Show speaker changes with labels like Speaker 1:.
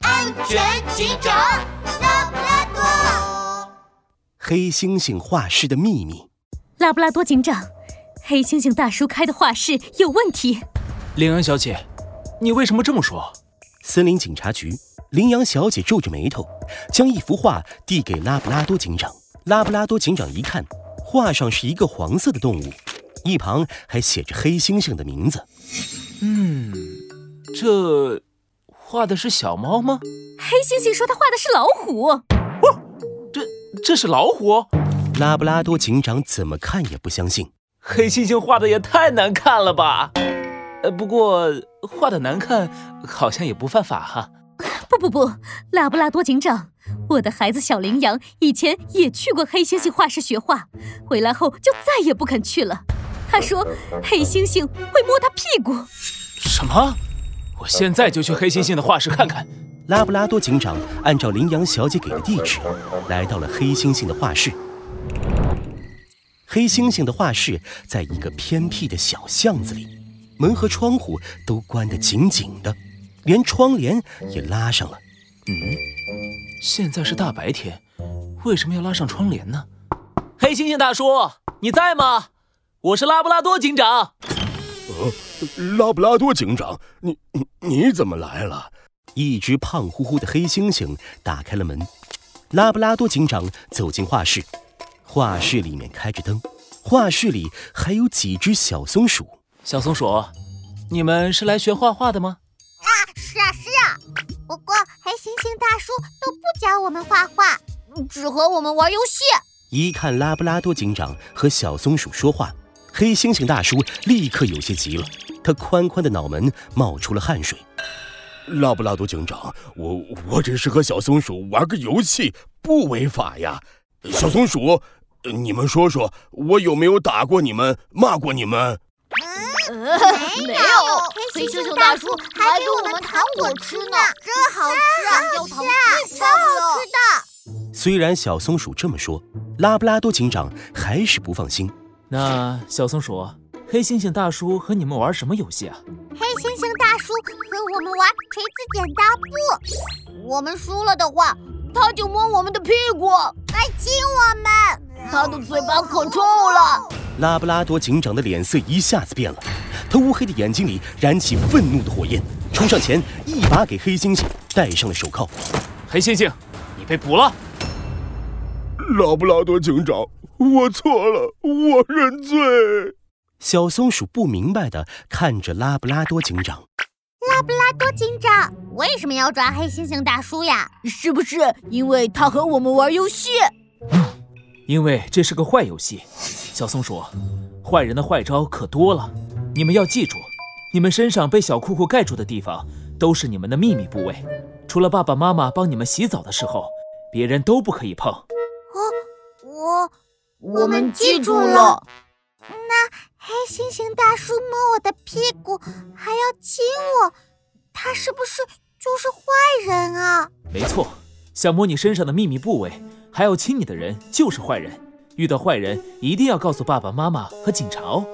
Speaker 1: 安全警长拉布拉多。
Speaker 2: 黑猩猩画室的秘密。
Speaker 3: 拉布拉多警长，黑猩猩大叔开的画室有问题。
Speaker 4: 羚羊小姐，你为什么这么说？
Speaker 2: 森林警察局，羚羊小姐皱着眉头，将一幅画递给拉布拉多警长。拉布拉多警长一看，画上是一个黄色的动物，一旁还写着黑猩猩的名字。
Speaker 4: 嗯，这画的是小猫吗？
Speaker 3: 黑猩猩说他画的是老虎。
Speaker 4: 这这是老虎？
Speaker 2: 拉布拉多警长怎么看也不相信。
Speaker 4: 黑猩猩画的也太难看了吧？呃，不过画的难看好像也不犯法哈。
Speaker 3: 不不不，拉布拉多警长，我的孩子小羚羊以前也去过黑猩猩画室学画，回来后就再也不肯去了。他说黑猩猩会摸他屁股。
Speaker 4: 什么？我现在就去黑猩猩的画室看看。
Speaker 2: 拉布拉多警长按照羚羊小姐给的地址，来到了黑猩猩的画室。黑猩猩的画室在一个偏僻的小巷子里，门和窗户都关得紧紧的，连窗帘也拉上了。
Speaker 4: 现在是大白天，为什么要拉上窗帘呢？黑猩猩大叔，你在吗？我是拉布拉多警长。
Speaker 2: 拉布拉多警长，你你你怎么来了？一只胖乎乎的黑猩猩打开了门，拉布拉多警长走进画室，画室里面开着灯，画室里还有几只小松鼠。
Speaker 4: 小松鼠，你们是来学画画的吗？
Speaker 1: 是啊是啊，不过黑猩猩大叔都不教我们画画，只和我们玩游戏。
Speaker 2: 一看拉布拉多警长和小松鼠说话，黑猩猩大叔立刻有些急了，他宽宽的脑门冒出了汗水。
Speaker 5: 拉布拉多警长，我我只是和小松鼠玩个游戏，不违法呀。小松鼠，你们说说，我有没有打过你们，骂过你们？
Speaker 6: 没有，
Speaker 1: 呃黑
Speaker 6: 黑猩
Speaker 1: 猩猩
Speaker 6: 猩
Speaker 1: 大
Speaker 6: 大
Speaker 1: 叔
Speaker 6: 叔
Speaker 1: 还
Speaker 6: 还
Speaker 1: 给
Speaker 6: 给
Speaker 1: 我
Speaker 6: 我
Speaker 1: 们
Speaker 6: 们
Speaker 1: 糖
Speaker 6: 糖
Speaker 1: 果
Speaker 6: 果吃
Speaker 1: 吃呢
Speaker 6: 呢，
Speaker 1: 真好吃，啊
Speaker 6: 要糖
Speaker 1: 超好吃的。
Speaker 2: 虽然小松鼠这么说，拉布拉多警长还是不放心。
Speaker 4: 那小松鼠，黑猩猩大叔和你们玩什么游戏啊？
Speaker 1: 黑猩猩大叔和我们玩锤子剪刀布，我们输了的话，他就摸我们的屁股，还亲我们。
Speaker 6: 他的嘴巴可臭了。
Speaker 2: 拉布拉多警长的脸色一下子变了，他乌黑的眼睛里燃起愤怒的火焰，冲上前一把给黑猩猩戴上了手铐。
Speaker 4: 黑猩猩，你被捕了。
Speaker 5: 拉布拉多警长，我错了，我认罪。
Speaker 2: 小松鼠不明白的看着拉布拉多警长，
Speaker 1: 拉多警长，为什么要抓黑猩猩大叔呀？
Speaker 6: 是不是因为他和我们玩游戏？
Speaker 4: 因为这是个坏游戏，小松鼠，坏人的坏招可多了。你们要记住，你们身上被小裤裤盖住的地方都是你们的秘密部位，除了爸爸妈妈帮你们洗澡的时候，别人都不可以碰。
Speaker 1: 我
Speaker 6: 我
Speaker 1: 们记住了。黑猩猩大叔摸我的屁股，还要亲我，他是不是就是坏人啊？
Speaker 4: 没错，想摸你身上的秘密部位，还要亲你的人就是坏人。遇到坏人一定要告诉爸爸妈妈和警察哦。